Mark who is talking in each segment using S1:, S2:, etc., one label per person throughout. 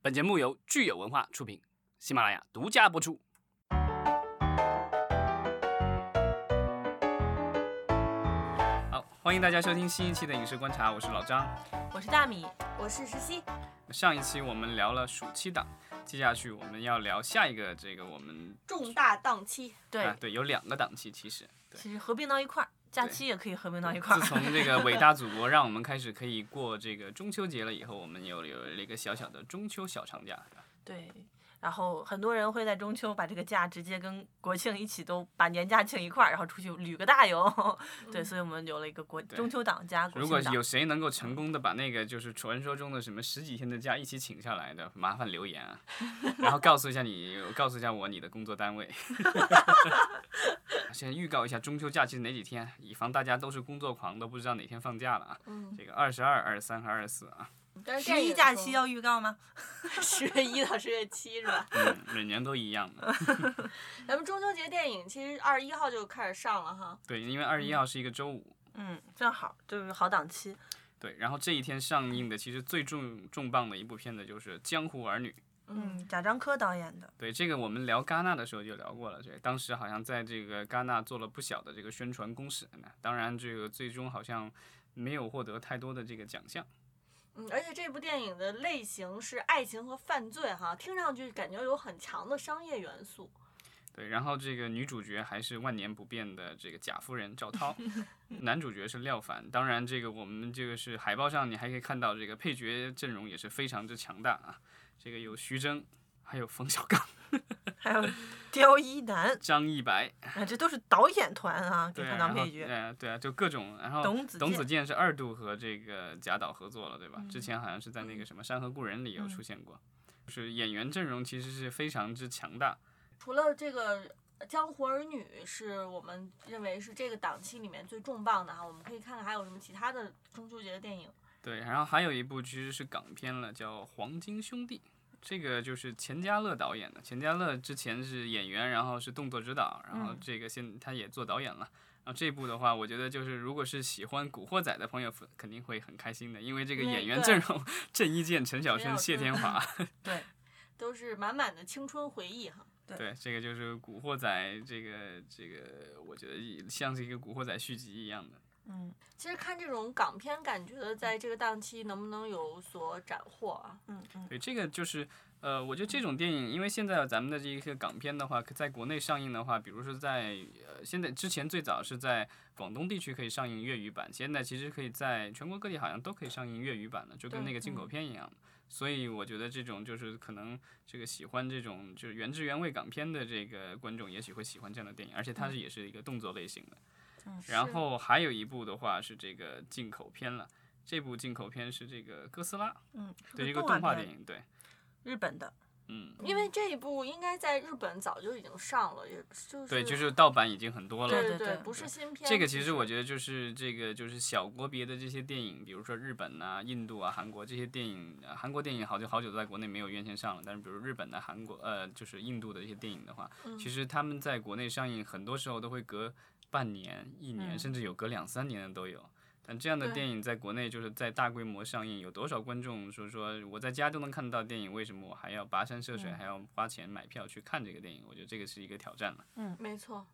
S1: 本节目由聚友文化出品，喜马拉雅独家播出。好，欢迎大家收听新一期的《影视观察》，我是老张。
S2: 我是大米，
S3: 我是石溪，
S1: 上一期我们聊了暑期档，接下去我们要聊下一个这个我们
S3: 重大档期，
S2: 对，
S1: 啊、对有两个档期其实对。
S2: 其实合并到一块儿，假
S1: 对
S2: 期也可以合并到一块
S1: 自
S2: 儿。
S1: 从这 个伟大祖国让我们开始可以过这个中秋节了以后，我们有有了一个小小的中秋小长假，是吧
S2: 对，然后很多人会在中秋把这个假直接跟国庆一起都把年假请一块儿，然后出去旅个大游。对，所以我们有了一个国
S1: 对
S2: 中秋档加国
S1: 如果
S2: 庆档
S1: 有。谁能够成功的把那个就是传说中的什么十几天的假一起请下来的，麻烦留言啊，然后告诉一下你，告诉一下我你的工作单位。先预告一下中秋假期是哪几天，以防大家都是工作狂，都不知道哪天放假了啊。
S3: 嗯，
S1: 这个二十二、二十三和二十四啊，
S3: 但是
S2: 十一假期要预告吗？
S3: 十月一到十月七是吧？
S1: 嗯，每年都一样的。
S3: 咱们中秋节电影其实二十一号就开始上了哈，
S1: 对，因为二十一号是一个周五，
S2: 嗯，正好就是好档期。
S1: 对，然后这一天上映的其实最重重磅的一部片子就是《江湖儿女》。
S2: 嗯，贾樟柯导演的。
S1: 对这个，我们聊戛纳的时候就聊过了。这个当时好像在这个戛纳做了不小的这个宣传攻势，那当然这个最终好像没有获得太多的这个奖项。
S3: 嗯，而且这部电影的类型是爱情和犯罪哈，听上去感觉有很强的商业元素，
S1: 对，然后这个女主角还是万年不变的这个贾夫人赵涛，男主角是廖凡。当然，这个我们这个是海报上你还可以看到这个配角阵容也是非常之强大啊，这个有徐峥，还有冯小刚、
S2: 还有刁一男，
S1: 张一白，
S2: 啊，这都是导演团啊，可以
S1: 对，
S2: 看
S1: 然
S2: 到
S1: 后
S2: 配角。
S1: 呃，对啊，就各种，然后
S2: 董子
S1: 董
S2: 健
S1: 子健是二度和这个贾导合作了，对吧？之前好像是在那个
S3: 嗯
S1: 什么《山河故人》里有
S2: 嗯
S1: 出现过，就是演员阵容其实是非常之强大。
S3: 除了这个。江湖儿女是我们认为是这个档期里面最重磅的哈，我们可以看看还有什么其他的中秋节的电影。
S1: 对，然后还有一部其实是港片了，叫《黄金兄弟》，这个就是钱嘉乐导演的。钱嘉乐之前是演员，然后是动作指导，然后
S2: 嗯
S1: 这个现他也做导演了。然后这部的话，我觉得就是如果是喜欢《古惑仔》的朋友，肯定会很开心的，因为这个
S3: 因为
S1: 演员
S3: 对
S1: 阵容， 郑伊健、陈小
S3: 陈
S1: 春、
S3: 小
S1: 谢
S3: 春
S1: 天华。哎
S2: 对，
S3: 都是满满的青春回忆哈。
S1: 对，这个就是《古惑仔》，这个这个，我觉得也像是一个《古惑仔》续集一样的。
S2: 嗯
S3: 其实看这种港片，感觉
S1: 嗯
S3: 在这个档期能不能有所斩获啊？
S2: 嗯嗯，
S1: 对，这个就是呃，我觉得这种电影，因为现在咱们的这一些港片的话，可在国内上映的话，比如说在呃，现在之前最早是在广东地区可以上映粤语版，现在其实可以在全国各地好像都可以上映粤语版了，就跟
S3: 对
S1: 那个进口
S2: 嗯
S1: 片一样。所以我觉得这种就是可能这个喜欢这种就是原汁原味港片的这个观众，也许会喜欢这样的电影，而且它是也是一个动作类型的。然
S3: 是
S1: 后还有一部的话是这个进口片了，这部进口片是这个哥斯拉，
S2: 嗯，是
S1: 对，一个
S2: 动
S1: 动画
S2: 片
S1: 电，影，对，
S2: 日本的。
S1: 嗯，
S3: 因为这一部应该在日本早就已经上了，也就是
S1: 对，就是盗版已经很多
S3: 对
S1: 了。
S2: 对
S3: 对，
S2: 对
S3: 不是新片。
S1: 这个其实我
S3: 得
S1: 觉得就是这个就是小国别的这些电影，比如说日本啊、印度啊、韩国这些电影，呃韩国电影好久好久在国内没有院线上了，但是比如日本的、韩国呃就是印度的这些电影的话，其实他们在国内上映很多时候都会隔半年、一年，
S2: 嗯
S1: 甚至有隔两三年的都有。但这样的
S3: 对
S1: 电影在国内就是在大规模上映，有多少观众说说我在家都能看到电影，为什么我还要跋山涉水，
S2: 嗯
S1: 还要花钱买票去看这个电影？我觉得这个是一个挑战了。
S3: 没错，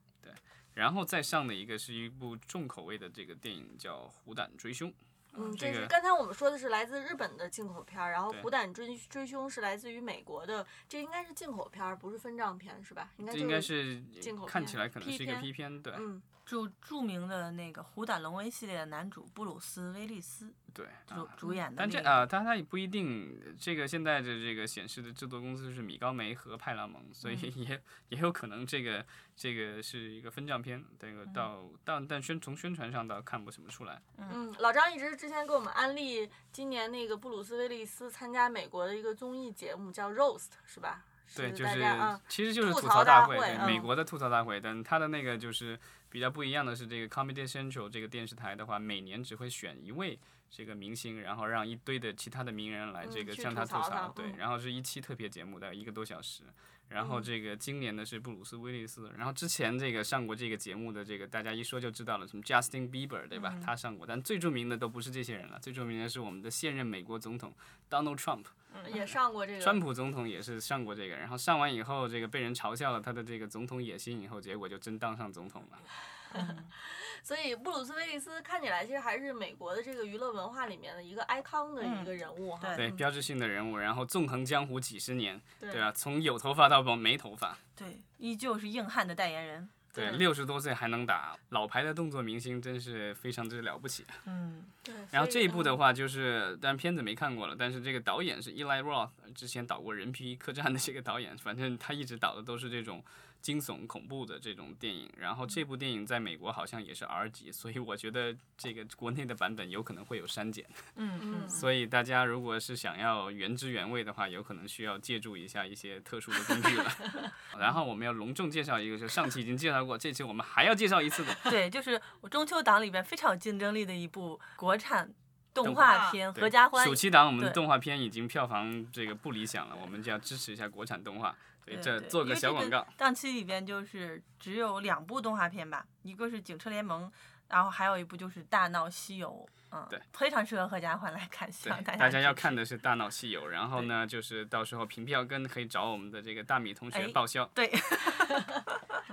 S1: 然后再上的一个是一部重口味的这个电影，叫《虎胆追凶》。
S3: 嗯，
S1: 这
S3: 这是
S1: 个
S3: 刚才我们说的是来自日本的进口片儿，然后
S1: 对
S3: 《虎胆追追凶》是来自于美国的，这应该是进口片儿，不是分账片是吧？应该
S1: 这
S3: 就
S1: 应该是
S3: 进口
S1: 看
S3: 片
S1: 起来可能
S3: P
S1: 是一个
S3: 片
S1: P 片，对
S3: 嗯，
S2: 就著名的那个《虎胆龙威》系列的男主布鲁斯·威利斯
S1: 对。
S2: 主
S1: 啊
S2: 主演的
S1: 但
S2: 那
S1: 这
S2: 个，
S1: 啊，但它也不一定。这个现在的这个显示的制作公司是米高梅和派拉蒙，所以
S3: 嗯
S1: 也也有可能这个这个是一个分账片。这个到但但宣从宣传上倒看不什么出来。
S3: 嗯，老张一直之前给我们安利今年那个布鲁斯威利斯参加美国的一个综艺节目叫《Roast》，是吧？
S1: 对，就
S3: 大
S1: 是
S3: 家啊，
S1: 其实就是
S3: 吐
S1: 吐
S3: 槽
S1: 槽
S3: 大
S1: 会，
S3: 会
S1: 对
S3: 嗯
S1: 美国的吐槽大会。但它的那个就是比较不一样的是，这个 Comedy Central 这个电视台的话，每年只会选一位这个明星，然后让一堆的其他的名人来
S3: 嗯
S1: 这个
S3: 去
S1: 向
S3: 吐
S1: 他吐
S3: 槽
S1: 槽
S3: 他。
S1: 对，
S3: 嗯
S1: 然后是一期特别节目，大概一个多小时。然后
S3: 嗯
S1: 这个今年的是布鲁斯威利斯，然后之前这个上过这个节目的这个大家一说就知道了，什么 Justin Bieber 对
S3: 嗯
S1: 吧？他上过，但最著名的都不是这些人了，最著名的是我们的现任美国总统 Donald Trump。
S3: 也上过这个。
S1: 川普总统也是上过这个，然后上完以后，这个被人嘲笑了他的这个总统野心，以后结果就真当上总统了。
S2: 嗯
S3: 所以布鲁斯威利斯看起来其实还是美国的这个娱乐文化里面的一个 icon 的一个人物哈。嗯
S1: 对，标志性的人物，然后纵横江湖几十年，
S3: 对
S1: 对吧？啊从有头发到没头发，
S2: 对，依旧是硬汉的代言人。
S1: 对，六十多岁还能打，老牌的动作明星真是非常之了不起。
S2: 嗯，
S3: 对
S1: 然后
S3: 所以
S1: 这一部的
S3: 嗯
S1: 话，就是但片子没看过了，但是这个导演是 Eli Roth，之前导过《人皮客栈》的这个导演，反正他一直导的都是这种惊悚恐怖的这种电影。然后这部电影在美国好像也是 R 级，所以我觉得这个国内的版本有可能会有删减。
S2: 嗯
S3: 嗯
S1: 所以大家如果是想要原汁原味的话，有可能需要借助一下一些特殊的工具了。 然后我们要隆重介绍一个，就上期已经介绍过，这期我们还要介绍一次的。
S2: 嗯，对，就是我中秋档里边非常有竞争力的一部国产动
S1: 动
S2: 画
S3: 画
S2: 片《
S1: 对
S2: 合家欢
S1: 暑》。期档我们
S2: 对
S1: 的动画片已经票房这个不理想了，我们就要支持一下国产动画，对，
S2: 对
S1: 这
S2: 对
S1: 做
S2: 因
S1: 个
S2: 为
S1: 小
S2: 这
S1: 广 告。
S2: 档期里边就是只有两部动画片吧，一个是《警车联盟》，然后还有一部就是《大闹西游》。嗯，
S1: 对，
S2: 非常适合合家欢来看，希
S1: 对
S2: 望，
S1: 大
S2: 家
S1: 家要
S2: 支持
S1: 看的是《大闹西游》，然后呢，就是到时候凭票根可以找我们的这个大米同学
S2: 哎
S1: 报销。
S2: 对，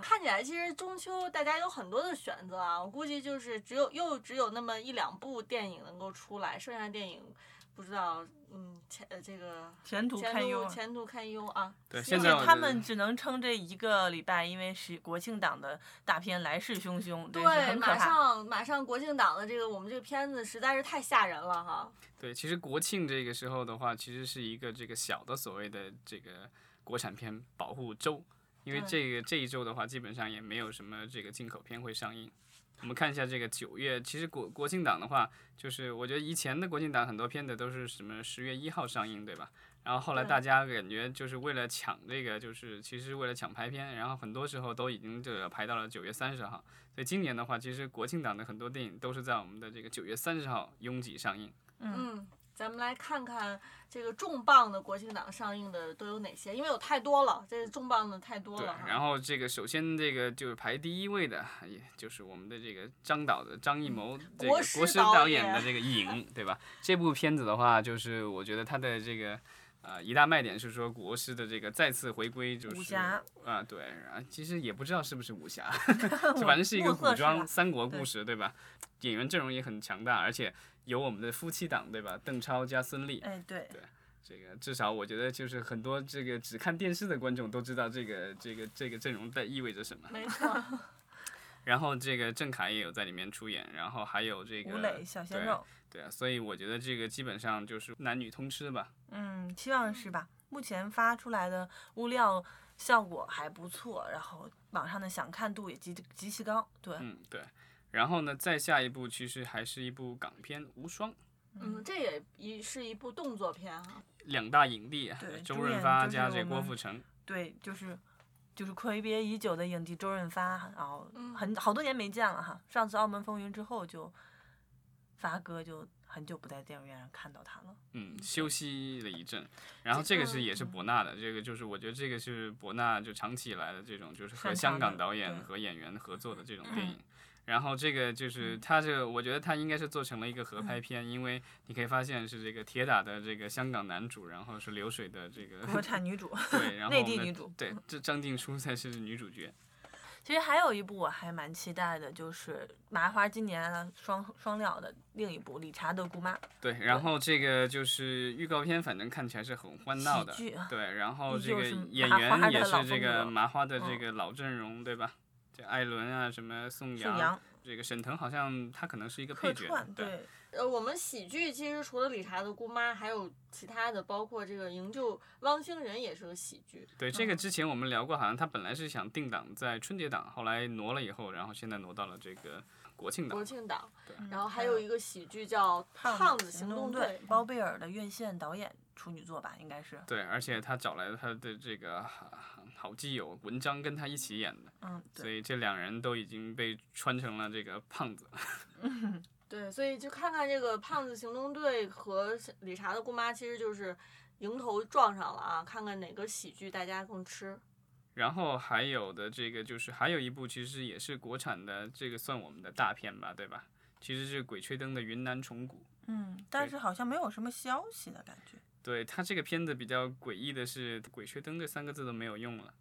S3: 看起来其实中秋大家有很多的选择啊，我估计就是只有又只有那么一两部电影能够出来，剩下的电影不知道，嗯，前呃这个
S2: 前途
S3: 前
S2: 堪忧
S3: 途
S2: 啊。
S3: 前途堪忧啊。
S1: 对
S3: 希
S1: 现
S3: 望
S1: 在
S2: 而
S1: 我觉
S2: 且他
S1: 得
S2: 们只能撑这一个礼拜，因为是国庆档的大片来势汹汹，对，是
S3: 对，
S2: 很可
S3: 马
S2: 怕。
S3: 上马上国庆档的这个我们这个片子实在是太吓人了哈。
S1: 对，其实国庆这个时候的话，其实是一个这个小的所谓的这个国产片保护周，因为
S3: 对
S1: 这个这一周的话，基本上也没有什么这个进口片会上映。我们看一下这个九月，其实国国庆档的话，就是我觉得以前的国庆档很多片子都是什么十月一号上映，对吧？然后后来
S3: 对
S1: 大家感觉就是为了抢这个，就是其实为了抢排片，然后很多时候都已经这个排到了九月三十号。所以今年的话，其实国庆档的很多电影都是在我们的这个九月三十号拥挤上映。
S2: 嗯，
S3: 嗯，咱们来看看这个重磅的国庆档上映的都有哪些，因为有太多了，这个重磅的太多
S1: 对
S3: 了哈。，
S1: 然后这个首先这个就是排第一位的，也就是我们的这个张导的张艺谋，这个
S3: 国
S1: 国
S3: 师
S1: 师
S3: 导
S1: 导演
S3: 演
S1: 的这个《影》，对吧？这部片子的话，就是我觉得它的这个。呃，一大卖点是说国师的这个再次回归，就是
S2: 武侠
S1: 啊、对，然后其实也不知道是不是武侠，就反正是一个
S2: 莫测
S1: 古
S2: 是吧
S1: 装三国故
S2: 对
S1: 事，对吧？演员阵容也很强大，而且有我们的夫妻档，对吧？邓超加孙俪，
S2: 哎，对，
S1: 这个至少我觉得就是很多这个只看电视的观众都知道这个这个这个阵容在意味着什么。
S3: 没错，
S1: 然后这个郑恺也有在里面出演，然后还有这个
S2: 吴磊、小鲜肉，
S1: 对，对啊，所以我觉得这个基本上就是男女通吃吧。
S2: 嗯，希望是吧？目前发出来的物料效果还不错，然后网上的想看度也极极其高，对，
S1: 嗯，对。然后呢，再下一部其实还是一部港片《无双》，
S3: 嗯，这也一是一部动作片哈。
S1: 两大影帝
S2: 对
S1: 周
S2: 主
S1: 润
S2: 演
S1: 发
S2: 就是
S1: 加
S2: 我
S1: 这郭
S2: 们
S1: 富城。
S2: 对，就是就是暌别已久的影帝周润发，然后
S3: 嗯
S2: 很好多年没见了哈。上次《澳门风云》之后就，发哥就很久不在电影院上看到他 了。
S1: 嗯，休息了一阵，然后这个是也
S2: 嗯
S1: 是博纳的，这个就是我觉得这个是博纳就长期以来的这种，就是和
S2: 擅
S1: 香
S2: 长
S1: 港
S2: 的
S1: 导演
S2: 对嗯
S1: 和演员合作的这种电影。然后这个就是他这个，我觉得他应该是做成了一个
S2: 嗯
S1: 合拍片，因为你可以发现是这个铁打的这个香港男主，然后是流水的这个
S2: 国产女主，
S1: 对，然后
S2: 内
S1: 我们
S2: 地
S1: 的
S2: 女主嗯
S1: 对，这张静初才是女主角。
S2: 其实还有一部我还蛮期待的，就是麻花今年双双料的另一部《理查德姑妈》，
S1: 对，然后这个就是预告片，反正看起来是很欢闹的
S2: 喜 剧啊，
S1: 对，然后
S2: 依
S1: 这
S2: 旧
S1: 个
S2: 是
S1: 演
S2: 麻
S1: 员
S2: 花的
S1: 也
S2: 老
S1: 是这
S2: 风
S1: 个
S2: 格
S1: 麻花的这
S2: 嗯
S1: 个老阵容，对吧？这艾伦啊，什么宋
S2: 宋
S1: 阳，
S2: 阳
S1: 这个沈腾好像他可能是一个
S2: 客
S1: 配角
S2: 串，，
S1: 对，
S2: 对，
S3: 呃，我们喜剧其实除了理查德姑妈，还有其他的，包括这个营救汪星人也是个喜剧。
S1: 对，
S2: 嗯
S1: 这个之前我们聊过，好像他本来是想定档在春节档，后来挪了以后，然后现在挪到了这个国庆档
S3: 国，庆档，
S2: 嗯
S3: 然后还有一个喜剧叫《
S2: 胖
S3: 胖子行动
S2: 队
S3: 队》，
S2: 包贝尔的院线导演处女作吧，应该是，
S1: 对，而且他找来了他的这个好好基友文章跟他一起演的，
S2: 嗯，
S1: 所
S2: 对，
S1: 以这两人都已经被穿成了这个胖子。
S3: 对，所以就看看这个《胖子行动队》和《理查的姑妈》，其实就是迎头撞上了啊！看看哪个喜剧大家更吃。
S1: 然后还有的这个就是还有一部其实也是国产的，这个算我们的大片吧，对吧？其实是《鬼吹灯》的云南虫谷。
S2: 嗯，但
S1: 对
S2: 是好像没有什么消息的感觉，
S1: 对他这个片子比较诡异的是，“鬼吹灯”这三个字都没有用了。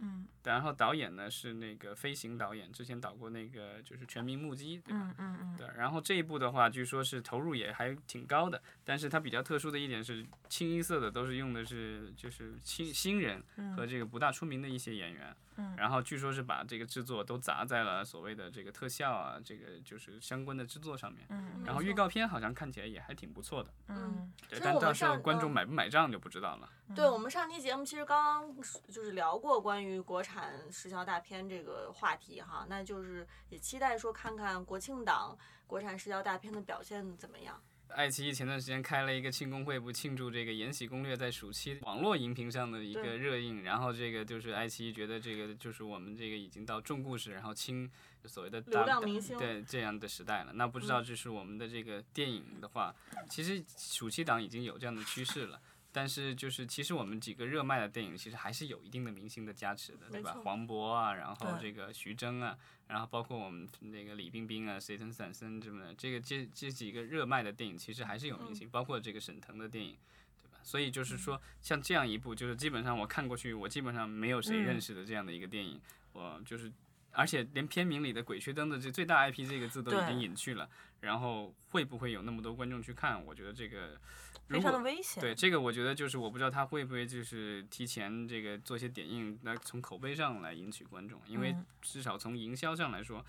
S3: 嗯
S1: 然后导演呢是那个飞行导演，之前导过那个就是《全民目击》，对吧？
S3: 嗯嗯嗯，
S1: 对，然后这一部的话，据说是投入也还挺高的，但是它比较特殊的一点是，清一色的都是用的是就是新新人和这个不大出名的一些演员，
S3: 嗯
S1: 然后据说是把这个制作都砸在了所谓的这个特效啊，这个就是相关的制作上面。
S3: 嗯
S1: 然后
S3: 没
S1: 预
S3: 错
S1: 告片好像看起来也还挺不错的，
S3: 嗯
S2: 嗯
S1: 对，
S3: 其实
S1: 但
S3: 我们
S1: 到时候
S3: 上
S1: 观众
S3: 嗯
S1: 买不买账就不知道了。
S3: 对我们上期节目其实刚刚说就是聊过关于国产时效大片这个话题哈，那就是也期待说看看国庆档国产时效大片的表现怎么样。
S1: 爱奇艺前段时间开了一个庆功会，不庆祝这个《延禧攻略》在暑期网络荧屏上的一个
S3: 对
S1: 热映，然后这个就是爱奇艺觉得这个就是我们这个已经到重故事，然后轻所谓的
S3: 流
S1: 大
S3: 量明星嗯
S1: 对这样的时代了。那不知道就是我们的这个电影的话，其实暑期档已经有这样的趋势了。但是就是，其实我们几个热卖的电影，其实还是有一定的明星的加持的，对吧
S3: 没？错
S1: 黄渤啊，然后
S2: 对
S1: 这个徐峥啊，然后包括我们那个李冰冰啊、谁腾散森什么的，这个这这几个热卖的电影其实还是有
S2: 嗯
S1: 明星，包括这个沈腾的电影，对吧？所以就是说，像这样一部，就是基本上我看过去，我基本上没有谁
S2: 嗯
S1: 认识的这样的一个电影，我就是，而且连片名里的《鬼吹灯》的这最大 IP 这个字都已
S2: 对
S1: 经隐去了，然后会不会有那么多观众去看？我觉得这个。如
S2: 非常
S1: 果
S2: 的危险。
S1: 对这个，我觉得就是我不知道他会不会就是提前这个做一些点映，那从口碑上来赢取观众，因为
S2: 嗯
S1: 至少从营销上来说，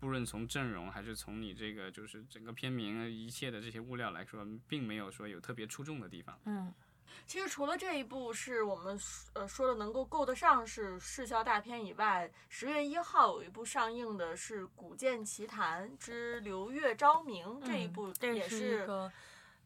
S1: 不论从阵容还是从你这个就是整个片名啊一切的这些物料来说，并没有说有特别出众的地方。
S2: 嗯，
S3: 其实除了这一部是我们呃说的能够够得上是视效大片以外，十月一号有一部上映的是《古剑奇谭之流月昭明》，这一
S2: 嗯
S3: 部
S2: 这
S3: 也
S2: 是一个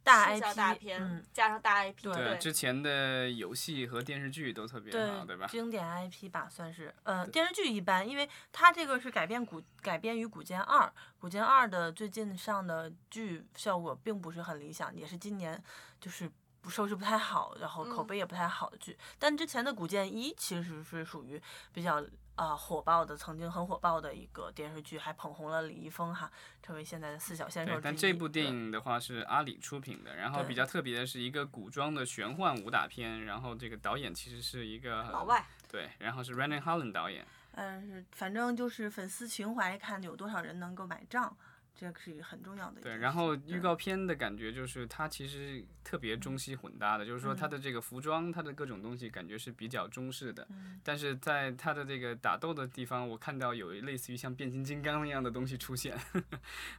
S2: 大 IP，
S3: 视效大片，
S2: 嗯，
S3: 加上大 IP，
S2: 对
S1: 对之前的游戏和电视剧都特别好，对吧？
S2: 经典 IP 吧，算是。呃，电视剧一般，因为它这个是改编古改编于《古剑二》，《古剑二》的最近上的剧效果并不是很理想，也是今年就是不收视不太好，然后口
S3: 嗯
S2: 碑也不太好的剧。但之前的《古剑一》其实是属于比较啊、呃火爆的，曾经很火爆的一个电视剧，还捧红了李易峰哈，成为现在的四小鲜
S1: 对
S2: 手，
S1: 但
S2: 之
S1: 这
S2: 一
S1: 部电
S2: 对
S1: 影的话是阿里出品的，然后
S2: 对
S1: 比较特别的是一个古装的玄幻武打片，然后这个导演其实是一个
S3: 老外。
S1: 对，然后是 Ryan Holland 导演，
S2: 但是反正就是粉丝情怀，看有多少人能够买账，这个是很重要的一件
S1: 对，
S2: 事。
S1: 然后预
S2: 对
S1: 告片的感觉就是它其实特别中西混搭的，就是说
S2: 嗯
S1: 它的这个服装、它的各种东西感觉是比较中式的，
S2: 嗯
S1: 但是在它的这个打斗的地方，我看到有类似于像变形金刚一样的东西出现，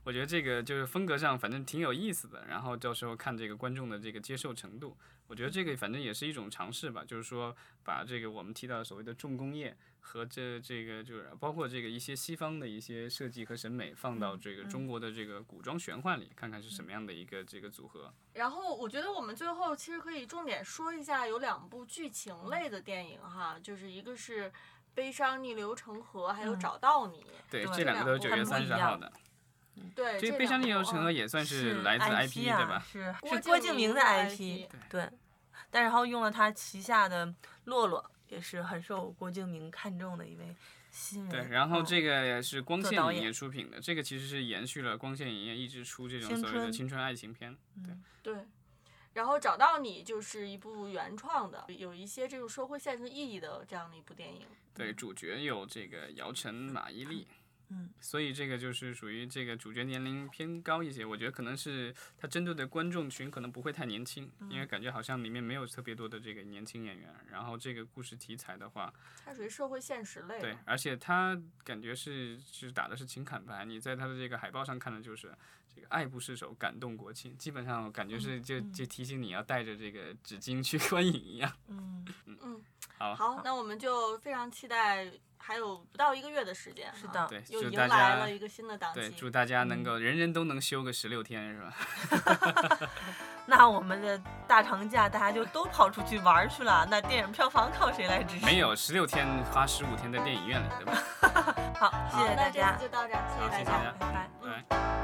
S1: 我觉得这个就是风格上反正挺有意思的，然后到时候看这个观众的这个接受程度，我觉得这个反正也是一种尝试吧，就是说把这个我们提到的所谓的重工业和这这个就是包括这个一些西方的一些设计和审美放
S2: 嗯
S1: 到这个中国的这个古装玄幻里，看看是什么样的一个这个组合。
S3: 然后我觉得我们最后其实可以重点说一下，有两部剧情类的电影哈，就是一个是《悲伤逆流成河》，还有《
S2: 嗯
S3: 找到你
S1: 对，
S2: 对
S1: 这两个都是
S3: 这
S1: 九
S3: 两
S1: 月
S3: 部
S1: 三
S2: 很不
S1: 十
S2: 一
S1: 号
S2: 样
S1: 的。》。
S3: 对，
S1: 这个《
S3: 这
S1: 悲伤逆
S3: 两
S1: 流
S3: 部嗯
S1: 成河》也算
S2: 是
S1: 来自
S2: IP
S1: 对
S2: 啊
S1: 吧？
S2: 是
S3: 郭
S2: 是
S3: 敬
S2: 郭敬
S3: 明
S2: 明
S3: 的
S2: 的
S3: IP
S2: IP，
S1: 对
S2: 对。但然后用了他旗下的洛洛，也是很受郭敬明看重的一位新人。
S1: 对，然后
S2: 嗯
S1: 这个是光
S2: 做
S1: 线
S2: 导
S1: 影
S2: 演
S1: 业出品的，这个其实是延续了光线影业一直出这种
S2: 青
S1: 所谓的
S2: 春
S1: 青春爱情片。对，
S3: 对。然后找到你就是一部原创的，有一些这种社会现实意义的这样的一部电影。
S1: 对，主角有这个姚晨、马伊琍。
S2: 嗯，
S1: 所以这个就是属于这个主角年龄偏高一些，我觉得可能是他针对的观众群可能不会太年轻，因
S2: 嗯
S1: 为感觉好像里面没有特别多的这个年轻演员。然后这个故事题材的话，
S3: 它属于社会现实类
S1: 对
S3: 的，，
S1: 而且他感觉是是打的是情感牌，你在他的这个海报上看的就是这个爱不释手，感动国庆，基本上
S3: 嗯
S1: 感觉是就就提醒你要带着这个纸巾去观影一样。
S2: 嗯，
S3: 嗯，
S1: 好
S3: 好，那我们就非常期待，还有不到一个月的时间，啊
S2: 是的，
S1: 对，
S3: 又
S1: 祝
S3: 迎
S1: 大
S3: 来
S1: 家
S3: 了一嗯个新的档
S1: 对
S3: 期。
S1: 祝大家能够人人都能休个十六天是吧？
S2: 那我们的大长假大家就都跑出去玩儿去了，那电影票房靠谁来支持？
S1: 没有十六天花十 五天在电影院里，对吧？
S2: 好，谢
S3: 好，
S2: 谢
S3: 那
S2: 大
S3: 这
S2: 家
S3: 次，就到这儿，谢
S1: 好
S3: 谢
S1: 谢
S3: 大
S1: 谢
S3: 家
S1: 大。
S2: 拜拜。
S1: 对。